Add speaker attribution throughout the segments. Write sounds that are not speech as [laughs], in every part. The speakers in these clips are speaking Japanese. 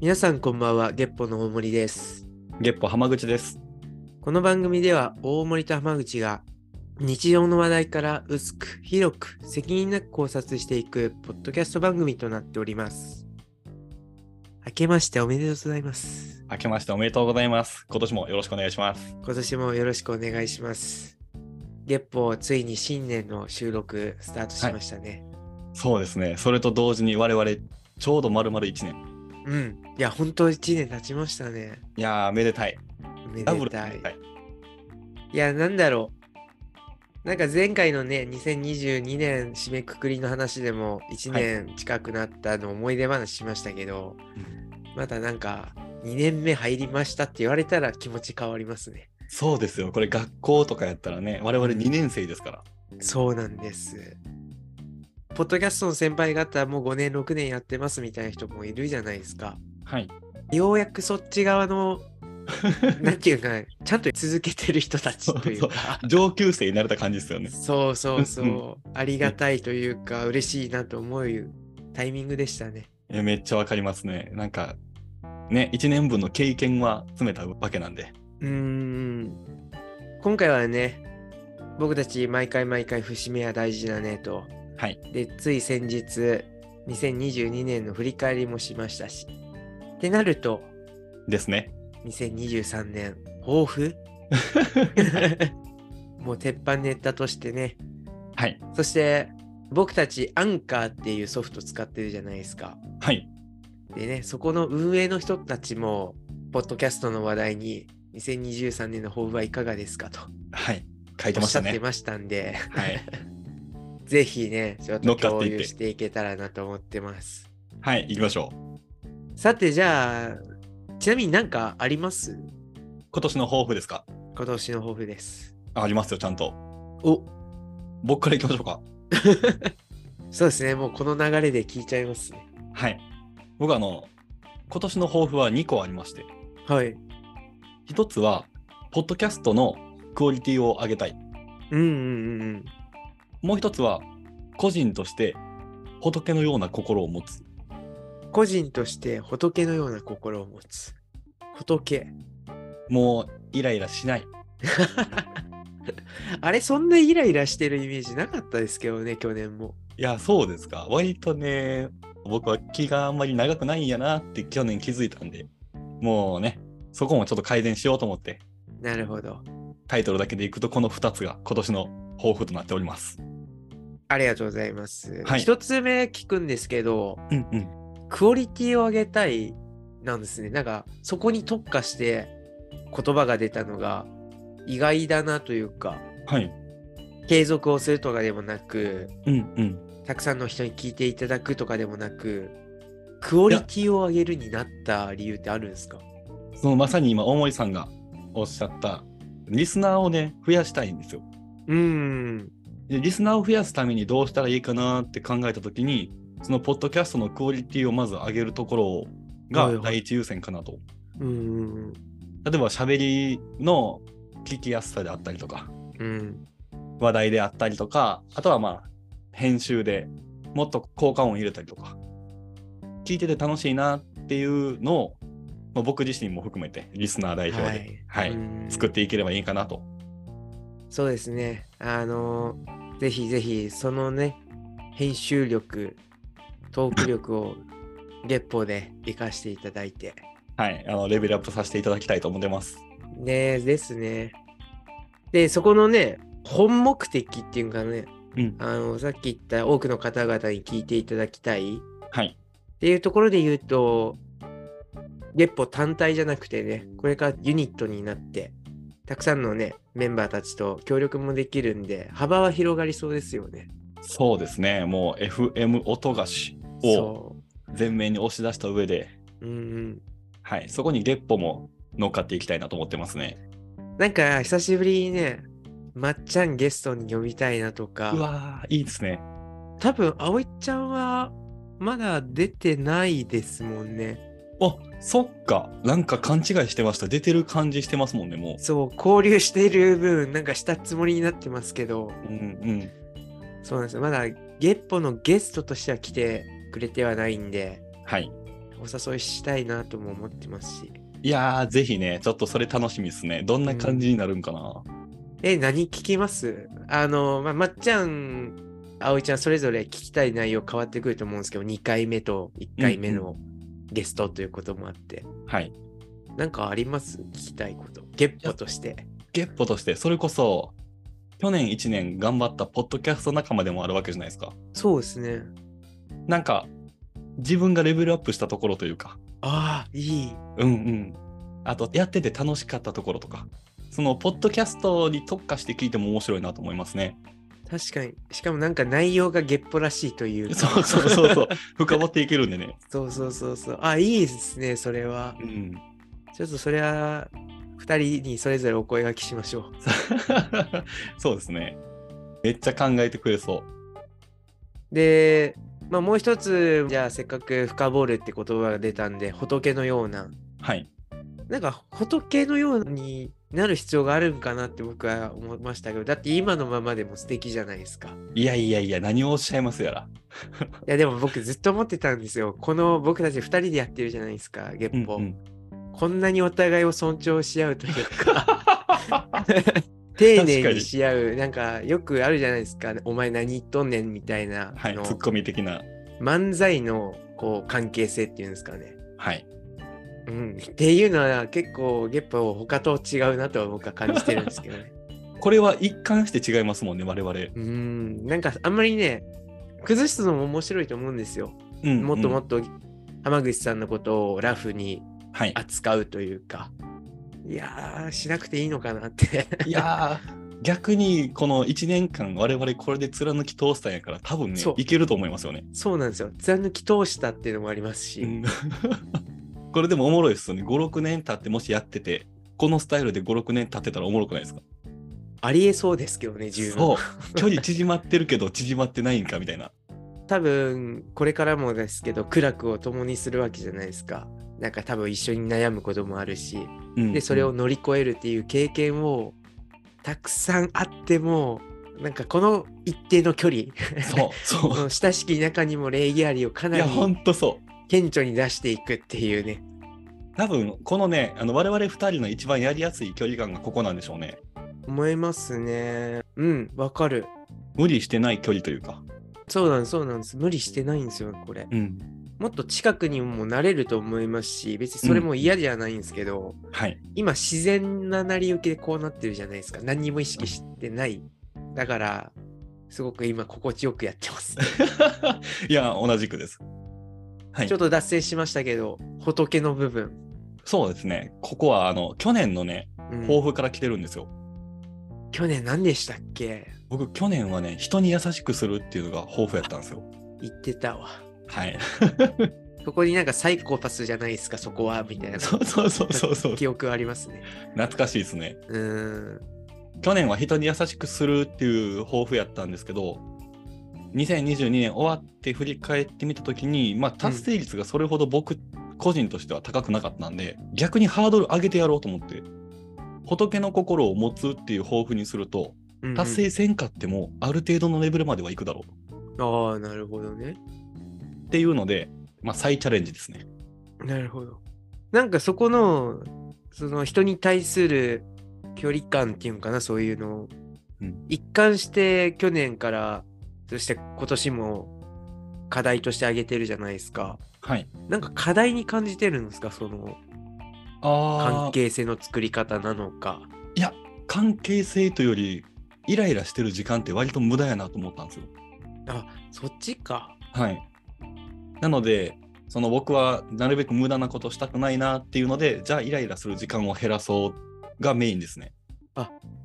Speaker 1: 皆さんこんばんは、月歩の大森です。
Speaker 2: 月歩浜口です。
Speaker 1: この番組では大森と浜口が日常の話題から薄く広く責任なく考察していくポッドキャスト番組となっております。明けましておめでとうございます。
Speaker 2: 明けましておめでとうございます。今年もよろしくお願いします。
Speaker 1: 今年もよろしくお願いします。月歩ついに新年の収録スタートしましたね。
Speaker 2: そうですね。それと同時に我々ちょうど丸々1年。
Speaker 1: うん。いや、本当1年経ちましたね。
Speaker 2: いやーめでたい。
Speaker 1: め
Speaker 2: ダブ
Speaker 1: で
Speaker 2: ル
Speaker 1: た
Speaker 2: め
Speaker 1: い
Speaker 2: で。たい。
Speaker 1: いや、なんだろう。なんか前回のね、2022年締めくくりの話でも1年近くなったの思い出話しましたけど、まだなんか2年目入りましたって言われたら気持ち変わりますね。
Speaker 2: そうですよ。これ学校とかやったらね、我々2年生ですから。
Speaker 1: そうなんです。ポッドキャストの先輩方も5年6年やってますみたいな人もいるじゃないですか。
Speaker 2: はい。
Speaker 1: ようやくそっち側 [laughs] の、なんていうかな、ちゃんと続けてる人たちというか。
Speaker 2: 上級生になれた感じですよね。
Speaker 1: そうそうそ
Speaker 2: うん
Speaker 1: う。ありがたいというか、嬉しいなと思うタイミングでしたね。
Speaker 2: いやめっちゃわかりますね。なんか、ね、1年分の経験は詰めたわけなんで。
Speaker 1: うーん。今回はね、僕たち毎回毎回節目は大事だねと。
Speaker 2: はい。
Speaker 1: で、つい先日、2022年の振り返りもしましたし。ってなると、
Speaker 2: ですね。
Speaker 1: 2023年、抱 [laughs] 負もう鉄板ネタとしてね。
Speaker 2: はい。
Speaker 1: そして、僕たちアンカーっていうソフト使ってるじゃないですか。
Speaker 2: はい。
Speaker 1: でね、そこの運営の人たちも、ポッドキャストの話題に、2023年の抱負はいかがですかと
Speaker 2: はい。書いて
Speaker 1: おっ
Speaker 2: まし
Speaker 1: しゃ
Speaker 2: た
Speaker 1: って
Speaker 2: ね。
Speaker 1: ましたんで、 [laughs]
Speaker 2: はい。
Speaker 1: ぜひね、ちょっ
Speaker 2: 乗
Speaker 1: と
Speaker 2: っかっ
Speaker 1: 共
Speaker 2: ていって
Speaker 1: 有していけたらなと思ってます。
Speaker 2: はい。行きましょう。
Speaker 1: さて、じゃあ、ちなみになんかあります
Speaker 2: 今年の抱負ですか
Speaker 1: 今年の抱負です。
Speaker 2: あありますよ、ちゃんと。
Speaker 1: お
Speaker 2: 僕から行きましょうか。
Speaker 1: そうですね、もうこの流れで聞いちゃいますね。
Speaker 2: はい。僕あの、今年の抱負は2個ありまして、
Speaker 1: はい。
Speaker 2: 1つは、ポッドキャストのクオリティを上げたい。
Speaker 1: うんうんうん
Speaker 2: もう1つは、個人として仏のような心を持つ。
Speaker 1: うん。個人として仏のような心を持つ。仏。
Speaker 2: もう、イライラしない。
Speaker 1: あれ、そんなイライラしてるイメージなかったですけどね、去年も。
Speaker 2: いや、そうですか。割とね、僕は気があんまり長くないんやなって去年気づいたんで、もうね、そこもちょっと改善しようと思って、
Speaker 1: なるほど。
Speaker 2: タイトルだけでいくと、この2つが今年の抱負となっております。
Speaker 1: ありがとうございます。
Speaker 2: はい
Speaker 1: 一つ目聞くんですけど、
Speaker 2: うんうん。
Speaker 1: クオリティを上げたいなんですね。なんか、そこに特化して言葉が出たのが意外だなというか、
Speaker 2: はい。
Speaker 1: 継続をするとかでもなく、
Speaker 2: うんうん。
Speaker 1: たくさんの人に聞いていただくとかでもなく、クオリティを上げるになった理由ってあるんですか
Speaker 2: そのまさに今大森さんがおっしゃったリスナーをね増やしたいんですよ
Speaker 1: うーん。
Speaker 2: でリスナーを増やすためにどうしたらいいかなって考えた時にそのポッドキャストのクオリティをまず上げるところ
Speaker 1: は
Speaker 2: が
Speaker 1: いはい
Speaker 2: 第一優先かなと、
Speaker 1: うーん。
Speaker 2: 例えば喋りの聞きやすさであったりとか
Speaker 1: うん。
Speaker 2: 話題であったりとかあとはまあ編集でもっと効果音入れたりとか聞いてて楽しいなっていうのを、まあ、僕自身も含めてリスナー代表で、はいう
Speaker 1: ーん
Speaker 2: 作っていければいいかなと
Speaker 1: そうですね。あのぜひぜひ、そのね、編集力、トーク力を月報で活かしていただいて。
Speaker 2: はい、あのレベルアップさせていただきたいと思ってます。
Speaker 1: ねですね。で、そこのね、本目的っていうかね、
Speaker 2: うん
Speaker 1: あの、さっき言った多くの方々に聞いていただきたいっ
Speaker 2: はい、
Speaker 1: ていうところで言うと、月歩単体じゃなくてね、これからユニットになって、たくさんのね、メンバーたちと協力もできるんで、幅は広がりそうですよね。
Speaker 2: そうですね、もう FM 音菓子を
Speaker 1: そう。
Speaker 2: 前面に押し出した上で、
Speaker 1: うん
Speaker 2: はい、そこに月歩も乗っかっていきたいなと思ってますね。
Speaker 1: うん、なんか久しぶりにねまっちゃんゲストに呼びたいなと
Speaker 2: う
Speaker 1: か
Speaker 2: わー、いいですね。
Speaker 1: 多分葵ちゃんはまだ出てないですもんね
Speaker 2: あそっか、なんか勘違いしてました。出てる感じしてますもんね、も
Speaker 1: そう交流している分なんかしたつもりになってますけど
Speaker 2: う。うんうん、
Speaker 1: そうなんですよまだ月歩のゲストとしては来てくれてはないんで
Speaker 2: はい、
Speaker 1: お誘いしたいなとも思ってますし。
Speaker 2: いやー、ぜひね、ちょっとそれ楽しみですね。どんな感じになるんかな。
Speaker 1: え、何聞きますあの、まあ、まっちゃん、あおいちゃん、それぞれ聞きたい内容変わってくると思うんですけど、2回目と1回目のゲストということもあって、
Speaker 2: はい。
Speaker 1: なんかあります聞きたいこと。ゲッポとして。
Speaker 2: ゲッポとして、それこそ、去年1年頑張ったポッドキャスト仲間でもあるわけじゃないですか。
Speaker 1: そうですね。
Speaker 2: なんか、自分がレベルアップしたところというか、
Speaker 1: ああ、いい。
Speaker 2: うんうん。あと、やってて楽しかったところとか、その、ポッドキャストに特化して聞いても面白いなと思いますね。
Speaker 1: 確かに。しかもなんか内容がゲッポらしいというか。
Speaker 2: そうそうそうそう。深掘っていけるんでね。
Speaker 1: [laughs] そうそうそうそう。あ、いいですね、それは。
Speaker 2: うん。 [laughs]
Speaker 1: ちょっとそれは、二人にそれぞれお声がけしましょう。
Speaker 2: そうですね。めっちゃ考えてくれそ
Speaker 1: で、まあ、もう一つ、じゃあせっかく深掘るって言葉が出たんで、仏のような。
Speaker 2: う。はい。
Speaker 1: なんか仏のようになる必要があるんかなって僕は思いましたけど、だって今のままでも素敵じゃないですか。
Speaker 2: いやいやいや、何をおっしゃいますやら。
Speaker 1: いや、でも僕ずっと思ってたんですよ。この僕たち二人でやってるじゃないですか、月
Speaker 2: [laughs]
Speaker 1: 歩。
Speaker 2: うん
Speaker 1: こんなにお互いを尊重し合うというか。丁寧にし合う、なんかよくあるじゃないですか、お前何言っとんねんみたいな、
Speaker 2: は
Speaker 1: あ
Speaker 2: い、
Speaker 1: の
Speaker 2: ツッコミ的な。
Speaker 1: 漫才のこう関係性っていうんですかね。
Speaker 2: はい。
Speaker 1: うん、っていうのは結構ゲップを他と違うなとは僕は感じてるんですけど
Speaker 2: [laughs]
Speaker 1: ね。
Speaker 2: これは一貫して違いますもんね、我々。
Speaker 1: うん、なんかあんまりね、崩すのも面白いと思うんですよ。
Speaker 2: うん
Speaker 1: もっとも
Speaker 2: と。
Speaker 1: っと浜口さんのことをラフに
Speaker 2: はい。
Speaker 1: 扱うというか。いやー、しなくていいのかなって。 [laughs]
Speaker 2: いやー逆にこの1年間我々これで貫き通したんやから多分ね
Speaker 1: そう
Speaker 2: いけると思いますよね。
Speaker 1: そうなんですよ。貫き通したっていうのもありますし。
Speaker 2: [laughs] これでもおもろいですよね。56年経ってもしやっててこのスタイルで56年経ってたらおもろくないですか
Speaker 1: ありえそうですけどね、十分。
Speaker 2: そう距離縮まってるけど縮まってないんかみたいな。
Speaker 1: 多分、これからもですけど、苦楽を共にするわけじゃないですか。なんか多分一緒に悩むこともあるし、
Speaker 2: うん
Speaker 1: で、それを乗り越えるっていう経験をたくさんあっても、なんかこの一定の距離、
Speaker 2: そう
Speaker 1: [laughs] こ
Speaker 2: そ
Speaker 1: の親しき中にも礼儀ありをか [laughs]
Speaker 2: う。い
Speaker 1: なり
Speaker 2: やほんとそう。
Speaker 1: 顕著に出していくっていうね。
Speaker 2: 多分このねあの我々2人の一番やりやすい距離感がここなんでしょうね
Speaker 1: 思いますね。うん、わかる。
Speaker 2: 無理してない距離というか、
Speaker 1: そうなんです、そうなんです。無理してないんですよ、これ。
Speaker 2: うん、
Speaker 1: もっと近くにもなれると思いますし、別にそれも嫌じゃないんですけど、 [laughs]
Speaker 2: はい
Speaker 1: 今自然な成り行きでこうなってるじゃないですか。何にも意識してない。だから、すごく今心地よくやって
Speaker 2: [laughs]
Speaker 1: ます。
Speaker 2: いや同じくですはい
Speaker 1: ちょっと脱線しましたけど、仏の部分。
Speaker 2: そうですねここはあの去年のね
Speaker 1: うん
Speaker 2: 抱負から来てるんですよ、
Speaker 1: 去年何でしたっけ
Speaker 2: 僕去年はね人に優しくするっていうのが抱負やったんですよ
Speaker 1: 言ってたわ。 [laughs]
Speaker 2: はい
Speaker 1: そこになんかサイコパスじゃないですか、そこは、みたいな。
Speaker 2: そうそうそうそう
Speaker 1: [laughs]
Speaker 2: そう
Speaker 1: 記憶ありますね。
Speaker 2: 懐かしいですね
Speaker 1: うーん。
Speaker 2: 去年は人に優しくするっていう抱負やったんですけど2022年終わって振り返ってみた時に、まあ、達成率がそれほど僕個人としては高くなかったんで、逆にハードル上げてやろうと思って仏の心を持つっていう抱負にすると
Speaker 1: うんうん
Speaker 2: 達成せんかってもある程度のレベルまではいくだろう
Speaker 1: ああ、なるほどね。
Speaker 2: っていうので、まあ、再チャレンジですね。
Speaker 1: なるほど。なんかそこの、その人に対する距離感っていうのかな、そういうのを。
Speaker 2: うん
Speaker 1: 一貫して去年から、そして今年も課題として挙げてるじゃないですか。
Speaker 2: はい、
Speaker 1: なんか課題に感じてるんですか、その関
Speaker 2: あ
Speaker 1: 係性の作り方なのか。
Speaker 2: 関係性というよりイライラしてる時間って割と無駄やなと思ったんですよ。
Speaker 1: そっちか。
Speaker 2: はい。なので、その僕はなるべく無駄なことしたくないなっていうので、じゃあイライラする時間を減らそうがメインですね。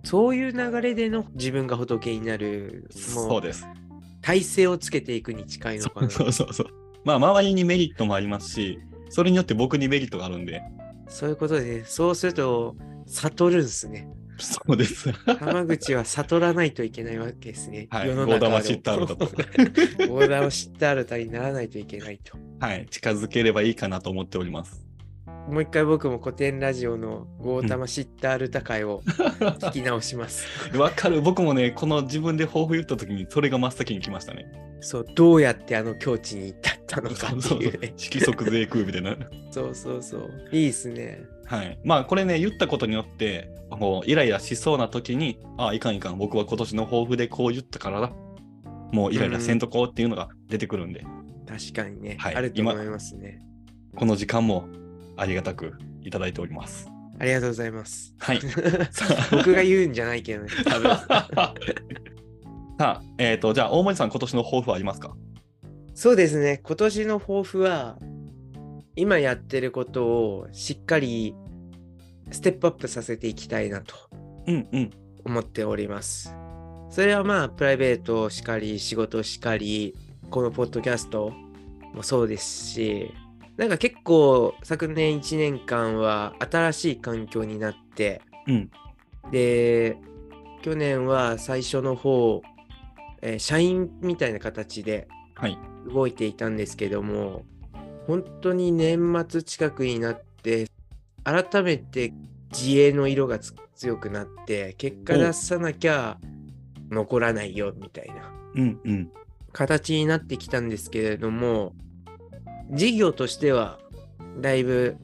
Speaker 1: そういう流れでの自分が仏になる、
Speaker 2: そうです。
Speaker 1: 体勢をつけていくに近いのかな。
Speaker 2: [laughs] そうそうそう。まあ、周りにメリットもありますし、それによって僕にメリットがあるんで、
Speaker 1: そういうことで、ね、そうすると悟るんすね。
Speaker 2: そ
Speaker 1: [laughs]
Speaker 2: うです。
Speaker 1: 浜口は悟らないといけないわけですね。
Speaker 2: はい
Speaker 1: 世の中の
Speaker 2: ゴーダマシッタルタ
Speaker 1: [laughs]
Speaker 2: と
Speaker 1: ゴーダマシッタルタにならないといけないと。
Speaker 2: はい。近づければいいかなと思っております。
Speaker 1: もう一回僕も古典ラジオのゴーダマシッタルタ会を聞き直します。
Speaker 2: [laughs] わかる。僕もね、この自分で抱負言った時に、それが真っ先に来ましたね。
Speaker 1: そう、どうやってあの境地に行ったっったのか
Speaker 2: そう
Speaker 1: って
Speaker 2: そう
Speaker 1: い
Speaker 2: そう
Speaker 1: うね。
Speaker 2: 色即税空みたいな。 [laughs]
Speaker 1: そうそうそう。いいっすね。
Speaker 2: はい。まあこれね、言ったことによって、こうイライラしそうな時に、ああ、いかんいかん、僕は今年の抱負でこう言ったからだ。もうイライラせんとこうっていうのが出てくるんで、
Speaker 1: 確かにね。
Speaker 2: はい
Speaker 1: あると思いますね。
Speaker 2: この時間もありがたくいただいております。
Speaker 1: ありがとうござい
Speaker 2: [laughs]
Speaker 1: ます。 [laughs]
Speaker 2: はい。
Speaker 1: 僕が言うんじゃないけどね。多分
Speaker 2: さあ、えっ、と、じゃあ、大森さん、今年の抱負はありますか
Speaker 1: そうですね。今年の抱負は、今やってることをしっかりステップアップさせていきたいなと
Speaker 2: うんうん。
Speaker 1: 思っております。それはまあ、プライベートしかり、仕事しかり、このポッドキャストもそうですし、なんか結構昨年1年間は新しい環境になって、
Speaker 2: うん
Speaker 1: で、去年は最初の方、えー社員みたいな形で
Speaker 2: はい。
Speaker 1: 動いていたんですけども本当に年末近くになって改めて自営の色がつ強くなって結果出さなきゃ残らないよみたいな
Speaker 2: うんうん。
Speaker 1: 形になってきたんですけれども事業としてはだいぶ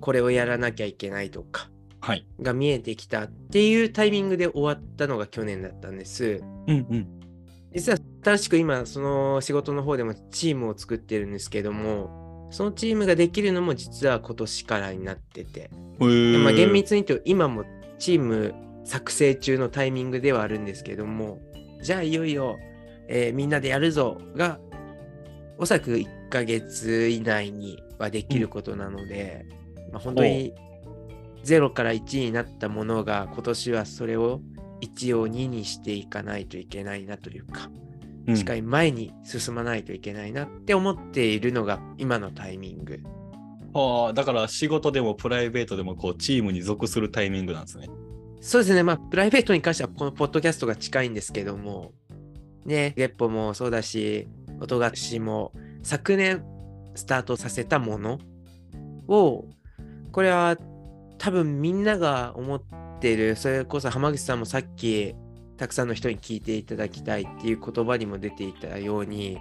Speaker 1: これをやらなきゃいけないとか
Speaker 2: はい。
Speaker 1: が見えてきたっていうタイミングで終わったのが去年だったんです。
Speaker 2: うんうん。
Speaker 1: 実は新しく今その仕事の方でもチームを作ってるんですけどもそのチームができるのも実は今年からになってて、
Speaker 2: えー
Speaker 1: まあ、厳密に言うと今もチーム作成中のタイミングではあるんですけどもじゃあいよいよ、えーみんなでやるぞがおそらく1ヶ月以内にはできることなので、まあ、本当に0から1になったものが今年はそれを1を2にしていかないといけないなというか。
Speaker 2: うん
Speaker 1: しっかり前に進まないといけないなって思っているのが今のタイミング。
Speaker 2: はあ、だから仕事でもプライベートでもこうチームに属するタイミングなんですね。
Speaker 1: そうですね、まあ、プライベートに関してはこのポッドキャストが近いんですけども、ね、月歩もそうだし、音がしも昨年スタートさせたものを、これは多分みんなが思ってる、それこそ浜口さんもさっき、たくさんの人に聞いていただきたいっていう言葉にも出ていたように、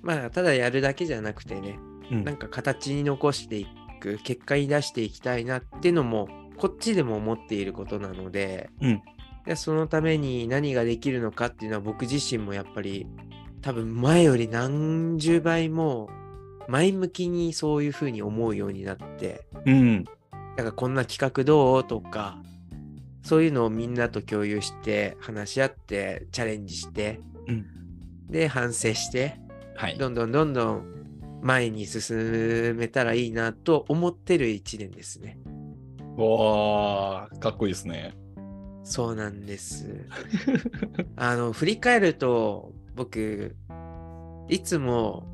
Speaker 1: まあ、ただやるだけじゃなくてね、
Speaker 2: うん
Speaker 1: なんか形に残していく結果に出していきたいなっていうのもこっちでも思っていることなので、
Speaker 2: うん
Speaker 1: でそのために何ができるのかっていうのは僕自身もやっぱり多分前より何十倍も前向きにそういうふうに思うようになって
Speaker 2: うん。
Speaker 1: なんかこんな企画どうとかそういうのをみんなと共有して話し合ってチャレンジして、
Speaker 2: うん
Speaker 1: で反省して
Speaker 2: はい。
Speaker 1: どんどんどんどん前に進めたらいいなと思ってる一年ですね。
Speaker 2: わあ、かっこいいですね。
Speaker 1: そうなんです。あの、振り返ると、僕、いつも、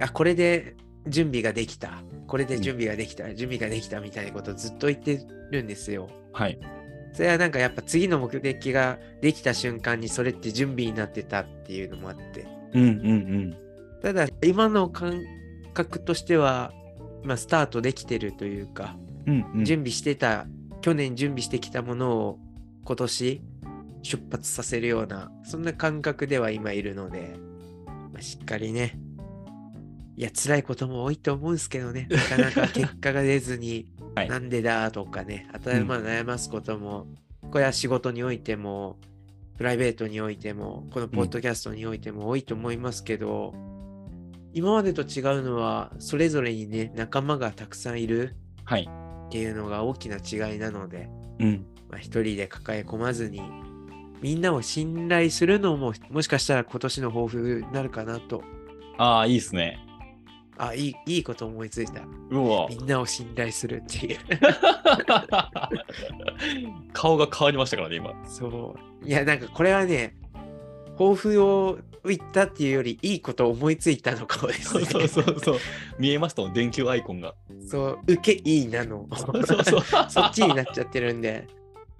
Speaker 1: あ、これで準備ができた。これで準備ができた。準備ができたみたいなことずっと言ってるんですよ。
Speaker 2: はい。
Speaker 1: それはなんかやっぱ次の目的ができた瞬間にそれって準備になってたっていうのもあって。
Speaker 2: うんうん
Speaker 1: ただ今の感覚としては、まあ、スタートできてるというか、
Speaker 2: うん。うんうん、
Speaker 1: 準備してた去年準備してきたものを今年出発させるようなそんな感覚では今いるので、まあ、しっかりねいや辛いことも多いと思うんですけどねなかなか結果が出ずに、
Speaker 2: [laughs] はい
Speaker 1: なんでだとかね頭悩ますことも、これは仕事においてもプライベートにおいてもこのポッドキャストにおいても多いと思いますけど、今までと違うのはそれぞれにね仲間がたくさんいる
Speaker 2: はい。
Speaker 1: っていうのが大きな違いなので、
Speaker 2: うん。
Speaker 1: まあ、一人で抱え込まずにみんなを信頼するのももしかしたら今年の抱負になるかなと
Speaker 2: ああ、いいですね。
Speaker 1: あいいいいこと思いついた
Speaker 2: うわ [laughs]
Speaker 1: み。んなを信頼するっていう [laughs]
Speaker 2: 顔が変わりましたからね、今。
Speaker 1: そういやなんかこれはね抱負を言ったっていうよりいいことを思いついたのかもです
Speaker 2: そう
Speaker 1: ね
Speaker 2: そうそうそう。見えましたもん、電球アイコ [laughs] ンが。
Speaker 1: [laughs] そう受けいいなの
Speaker 2: そうそう。
Speaker 1: [laughs] そっちになっちゃってるんで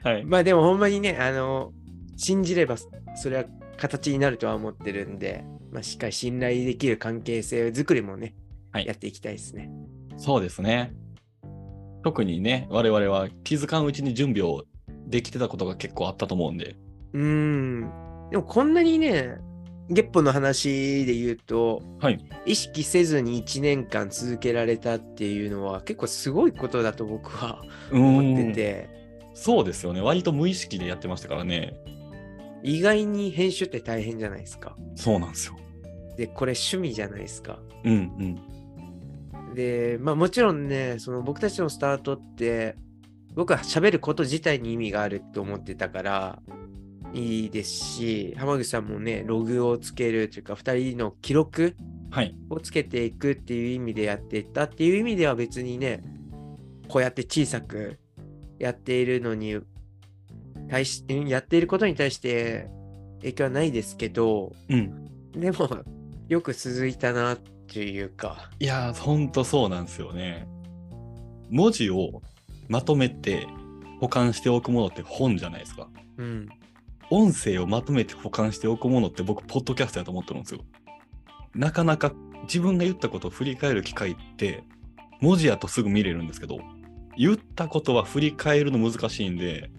Speaker 2: はい。
Speaker 1: まあでもほんまにね、あの、信じればそそれは形になるとは思ってるんで、まあ、しっかり信頼できる関係性づくりもね、
Speaker 2: はい
Speaker 1: やっていきたいですね。
Speaker 2: そうですね。特にね、我々は気づかんうちに準備をできてたことが結構あったと思うんで。
Speaker 1: うーん。でもこんなにね、月歩の話で言うと、
Speaker 2: はい
Speaker 1: 意識せずに1年間続けられたっていうのは結構すごいことだと僕は思って
Speaker 2: うん
Speaker 1: て
Speaker 2: そうですよね割と無意識でやってましたからね
Speaker 1: 意外に編集って大変じゃないですか
Speaker 2: そうなんですよ
Speaker 1: でこれ趣味じゃないですか
Speaker 2: うんうん
Speaker 1: でまあもちろんねその僕たちのスタートって僕は喋ること自体に意味があると思ってたからいいですし浜口さんもねログをつけるというか2人の記録
Speaker 2: はい
Speaker 1: をつけていくっていう意味でやっていったっていう意味では別にねこうやって小さくやっているのに対しやっていることに対して影響はないですけど
Speaker 2: うん
Speaker 1: でもよく続いたなっていうか
Speaker 2: いやーほんとそうなんですよね文字をまとめて保管しておくものって本じゃないですか
Speaker 1: うん
Speaker 2: 音声をまとめて保管しておくものって僕ポッドキャストやと思ってるんですよなかなか自分が言ったことを振り返る機会って文字やとすぐ見れるんですけど言ったことは振り返るの難しいんで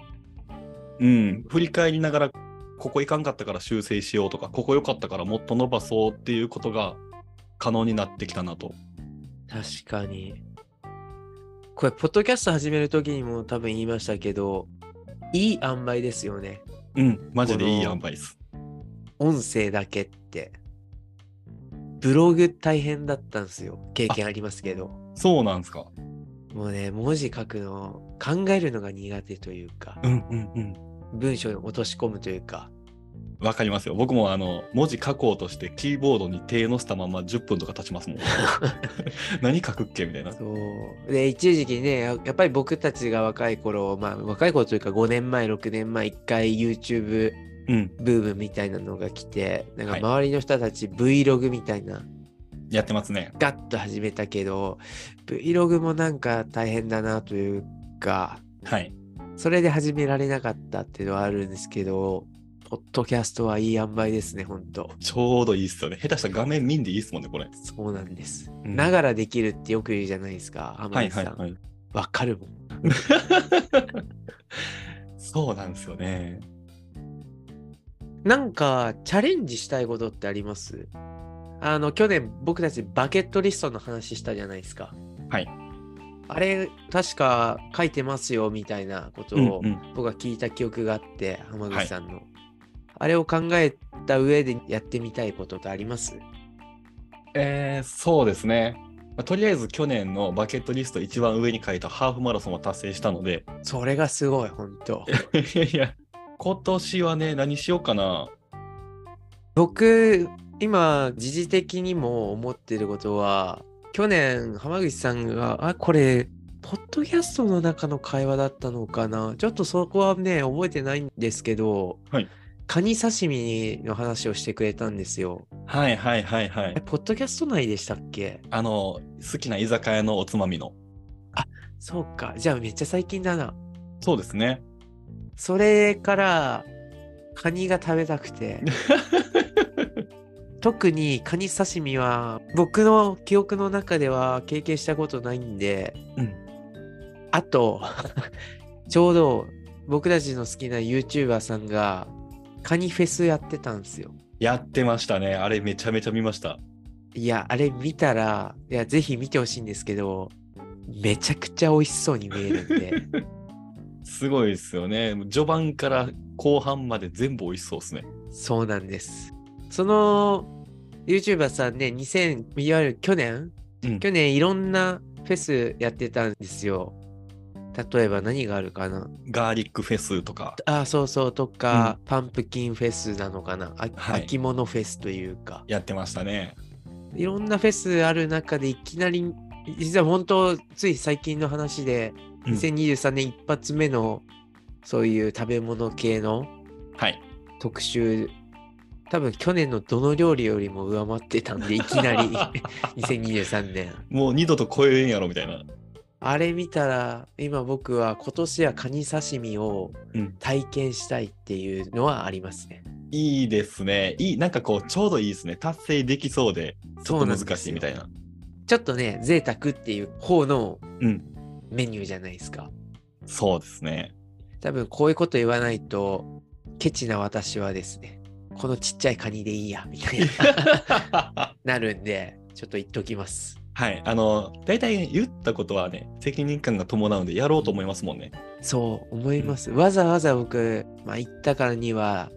Speaker 2: うん振り返りながらここいかんかったから修正しようとかここ良かったからもっと伸ばそうっていうことが可能になってきたなと
Speaker 1: 確かにこれポッドキャスト始める時にも多分言いましたけどいい塩梅ですよね
Speaker 2: うんマジでいい
Speaker 1: この
Speaker 2: 塩梅です
Speaker 1: 音声だけってブログ大変だったんですよ経験ありますけど
Speaker 2: そうなんですか
Speaker 1: もうね、文字書くの、考えるのが苦手というか、
Speaker 2: うんうんうん
Speaker 1: 文章に落とし込むというか、
Speaker 2: わかりますよ僕もあの文字書こうとしてキーボードに手のしたまま10分とか経ちますも [laughs] ん何書くっけみたいな。
Speaker 1: そう。で、一時期ね、ややっぱり僕たちが若い頃、まあ若い頃というか5年前、6年前、一回 YouTube
Speaker 2: うん、
Speaker 1: ブームみたいなのが来て、なんか
Speaker 2: はい
Speaker 1: 周りの人たち Vlog みたいな、
Speaker 2: やってますね。
Speaker 1: ガッと始めたけど、Vlog もなんか大変だなというか、
Speaker 2: はい。
Speaker 1: それで始められなかったっていうのはあるんですけど、ポッドキャストはいい塩梅ですね、本当
Speaker 2: ちょうどいいっすよね。下手したら画面見んでいいっすもんね、これ。
Speaker 1: そうなんです。
Speaker 2: うん
Speaker 1: ながらできるってよく言うじゃないですか、浜
Speaker 2: はい
Speaker 1: 口さ
Speaker 2: は
Speaker 1: ん。
Speaker 2: い
Speaker 1: わ、
Speaker 2: はい。
Speaker 1: かるもん。
Speaker 2: そうなんですよね。
Speaker 1: なんか、チャレンジしたいことってありますあの、去年僕たちバケットリストの話したじゃないですか。
Speaker 2: はい。
Speaker 1: あれ、確か書いてますよみたいなこと
Speaker 2: うん
Speaker 1: を
Speaker 2: うん。
Speaker 1: 僕は聞いた記憶があって、浜
Speaker 2: は
Speaker 1: 口
Speaker 2: い
Speaker 1: さんの。あれを考えた上でやってみたいことってあります
Speaker 2: えー、そうですね。まあとりあえず去年のバケットリスト一番上に書いたハーフマラソンは達成したので、
Speaker 1: それがすごい、本当
Speaker 2: い [laughs] やいや、今年はね、何しようかな。
Speaker 1: 僕今時事的にも思ってることは去年浜口さんがあこれポッドキャストの中の会話だったのかなちょっとそこはね覚えてないんですけど、
Speaker 2: はい
Speaker 1: カニ刺身の話をしてくれたんですよ
Speaker 2: はいはいはいは
Speaker 1: え
Speaker 2: い。
Speaker 1: ポッドキャスト内でしたっけ
Speaker 2: あの、好きな居酒屋のおつまみの。
Speaker 1: そうかじゃあめっちゃ最近だな
Speaker 2: そうですね。
Speaker 1: それからカニが食べたく
Speaker 2: [laughs]
Speaker 1: て特にカニ刺身は僕の記憶の中では経験したことないんで、
Speaker 2: うん
Speaker 1: あと [laughs] ちょうど僕たちの好きな YouTuber さんがカニフェスやってたんですよ
Speaker 2: やってましたね。あれめちゃめちゃ見ました。
Speaker 1: いやあれ見たらいやぜひ見てほしいんですけどめちゃくちゃ美味しそうに見えるんで
Speaker 2: すごいですよね。序盤から後半まで全部美味しそうですね。
Speaker 1: そうなんですその YouTuber さんね2000いわゆる去年
Speaker 2: うん
Speaker 1: 去年いろんなフェスやってたんですよ。例えば何があるかな
Speaker 2: ガーリックフェスとか。
Speaker 1: あそうそうとか、パンプキンフェスなのかなあ、
Speaker 2: はい
Speaker 1: 秋物フェスというか
Speaker 2: やってましたね。
Speaker 1: いろんなフェスある中でいきなり実は本当つい最近の話で、
Speaker 2: うん
Speaker 1: 2023年一発目のそういう食べ物系の
Speaker 2: はい。
Speaker 1: 特集多分去年のどの料理よりも上回ってたんでいきな
Speaker 2: [laughs]
Speaker 1: り2023年
Speaker 2: もう二度と超えるんやろみたいな。
Speaker 1: あれ見たら今僕は今年はカニ刺身を
Speaker 2: うん
Speaker 1: 体験したいっていうのはありますね。
Speaker 2: いいですね。いい、なんかこう、ちょうどいいですね。達成できそうで、ちょっと難しいみたいな。
Speaker 1: ちょっとね贅沢っていう方の
Speaker 2: うん
Speaker 1: メニューじゃないですか。
Speaker 2: [laughs] そうですね。
Speaker 1: 多分こういうこと言わないとケチな私はですねこのちっちゃいカニでいいや、み
Speaker 2: [laughs]
Speaker 1: たいな、
Speaker 2: は
Speaker 1: なるんで、ちょっと言っときます。
Speaker 2: い。あの、大体言ったことはね、責任感が伴うんで、やろうと思いますもんね。
Speaker 1: そう思います。わざわざ僕、まあ、行ったからには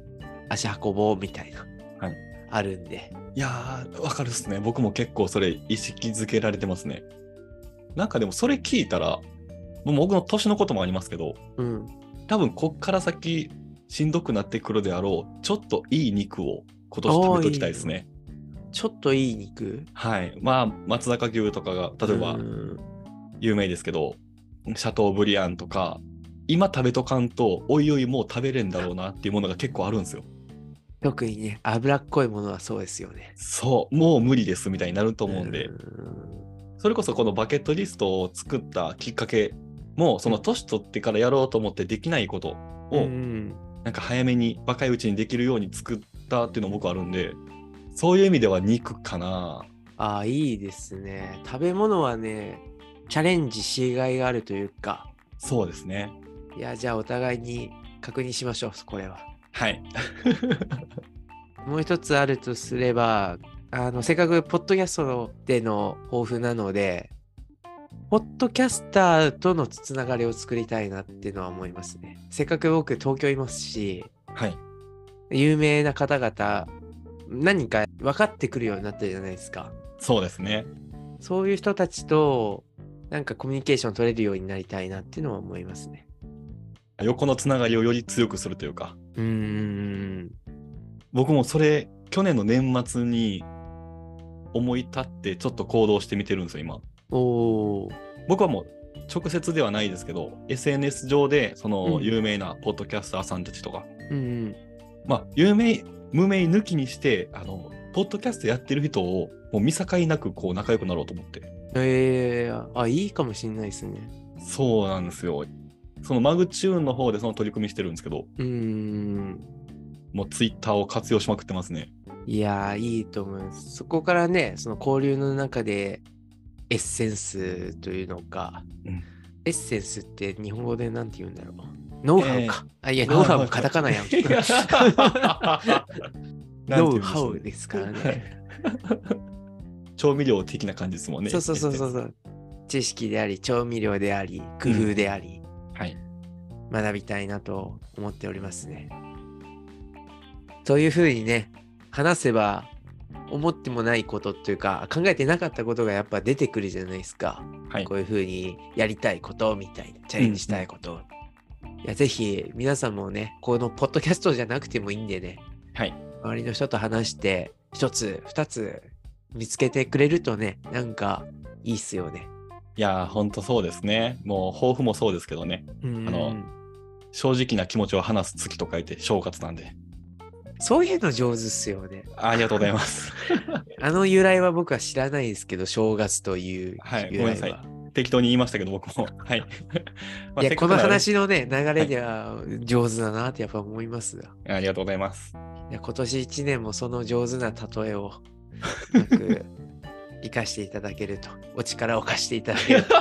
Speaker 1: 足運ぼうみたいな、
Speaker 2: はい
Speaker 1: あるんで。
Speaker 2: いやー、わかるっすね。僕も結構それ意識づけられてますね。なんかでもそれ聞いたら、もう僕の年のこともありますけど、
Speaker 1: うん。
Speaker 2: 多分こっから先しんどくなってくるであろう、ちょっといい肉を今年食べときたいですね。
Speaker 1: ちょっといい肉
Speaker 2: はい。まあ、松坂牛とかが、例えば
Speaker 1: うん
Speaker 2: 有名ですけど、シャトーブリアンとか、今食べとかんと、おいおいもう食べれんだろうなっていうものが結構あるんですよ。
Speaker 1: 特にね、脂っこいものはそうですよね。
Speaker 2: そう、もう無理ですみたいになると思うんで、
Speaker 1: ん
Speaker 2: それこそこのバケットリストを作ったきっかけも、その年取ってからやろうと思ってできないこと
Speaker 1: う
Speaker 2: を、
Speaker 1: ん
Speaker 2: なんか早めに若いうちにできるように作ったっていうのも僕あるんで、そういう意味では肉かな。
Speaker 1: ああ、いいですね。食べ物はね、チャレンジしがいがあるというか、
Speaker 2: そうですね。
Speaker 1: いや、じゃあお互いに確認しましょう、これは。
Speaker 2: はい。
Speaker 1: もう一つあるとすれば、あの、せっかくポッドキャストでの抱負なので、ポッドキャスターとのつながりを作りたいなっていうのは思いますね。せっかく僕東京いますし、
Speaker 2: はい。
Speaker 1: 有名な方々、何人か分かってくるようになったじゃないですか。
Speaker 2: そうですね。
Speaker 1: そういう人たちと、なんかコミュニケーション取れるようになりたいなっていうのは思いますね。
Speaker 2: 横のつながりをより強くするというか、
Speaker 1: うーん。
Speaker 2: 僕もそれ、去年の年末に思い立ってちょっと行動してみてるんですよ、今。
Speaker 1: おー。
Speaker 2: 僕はもう直接ではないですけど SNS 上でその
Speaker 1: うん
Speaker 2: 有名なポッドキャスターさんたちとか、
Speaker 1: うん
Speaker 2: まあ有名無名抜きにしてあのポッドキャストやってる人をもう見境なくこう仲良くなろうと思って
Speaker 1: うん。えー、あ、いいかもしんないですね。
Speaker 2: そうなんですよそのマグチューンの方でその取り組みしてるんですけど
Speaker 1: うーん。
Speaker 2: もうツイッターを活用しまくってますね
Speaker 1: いやー、いいと思います。そこからね、その交流の中で、エッセンスというのか、
Speaker 2: うん
Speaker 1: エッセンスって日本語でなんて言うんだろう。ノウハウか。あ、いや、ノウハウ
Speaker 2: [laughs]
Speaker 1: もカタカナやん。 [laughs] ノウハウですからね。
Speaker 2: 調味料的な感じです [laughs] もんね
Speaker 1: そうそうそうそうそう。知識であり、調味料であり、工夫であり、
Speaker 2: はい
Speaker 1: 学びたいなと思っておりますね。というふうにね、話せば思ってもないことっていうか、考えてなかったことがやっぱ出てくるじゃないですか。
Speaker 2: はい
Speaker 1: こういうふうにやりたいことみたいな、チャレンジしたいこと。いやぜひ皆さんもね、このポッドキャストじゃなくてもいいんでね、
Speaker 2: はい
Speaker 1: 周りの人と話して、一つ、二つ見つけてくれるとね、なんかいいっすよね。
Speaker 2: いやー、ほんとそうですね。もう、抱負もそうですけどね。
Speaker 1: うん
Speaker 2: あの正直な気持ちを話す月と書いて、正月なんで。
Speaker 1: そういうの上手っすよね。
Speaker 2: ありがとうございます。
Speaker 1: あの由来は僕は知らないですけど、正月という由来は。
Speaker 2: はいごめんなさい適当に言いましたけど、僕
Speaker 1: [laughs]
Speaker 2: も。はい。まあ
Speaker 1: い
Speaker 2: せ
Speaker 1: や
Speaker 2: っか
Speaker 1: この
Speaker 2: くならね
Speaker 1: 話のね、流れでは上手だなってやっぱ思いますが。
Speaker 2: ありがとうございます。
Speaker 1: いや今年1年もその上手な例え
Speaker 2: [laughs]
Speaker 1: をうまく生かしていただけると、お力を貸していただけ
Speaker 2: [laughs]
Speaker 1: ると。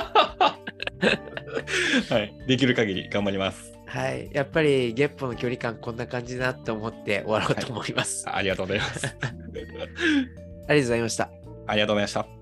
Speaker 2: はい。できる限り頑張ります。
Speaker 1: はい。やっぱり月歩の距離感こんな感じだと思って終わろうと思います。
Speaker 2: ありがとうございます。
Speaker 1: ありがとうございました。
Speaker 2: [laughs] ありがとうございました。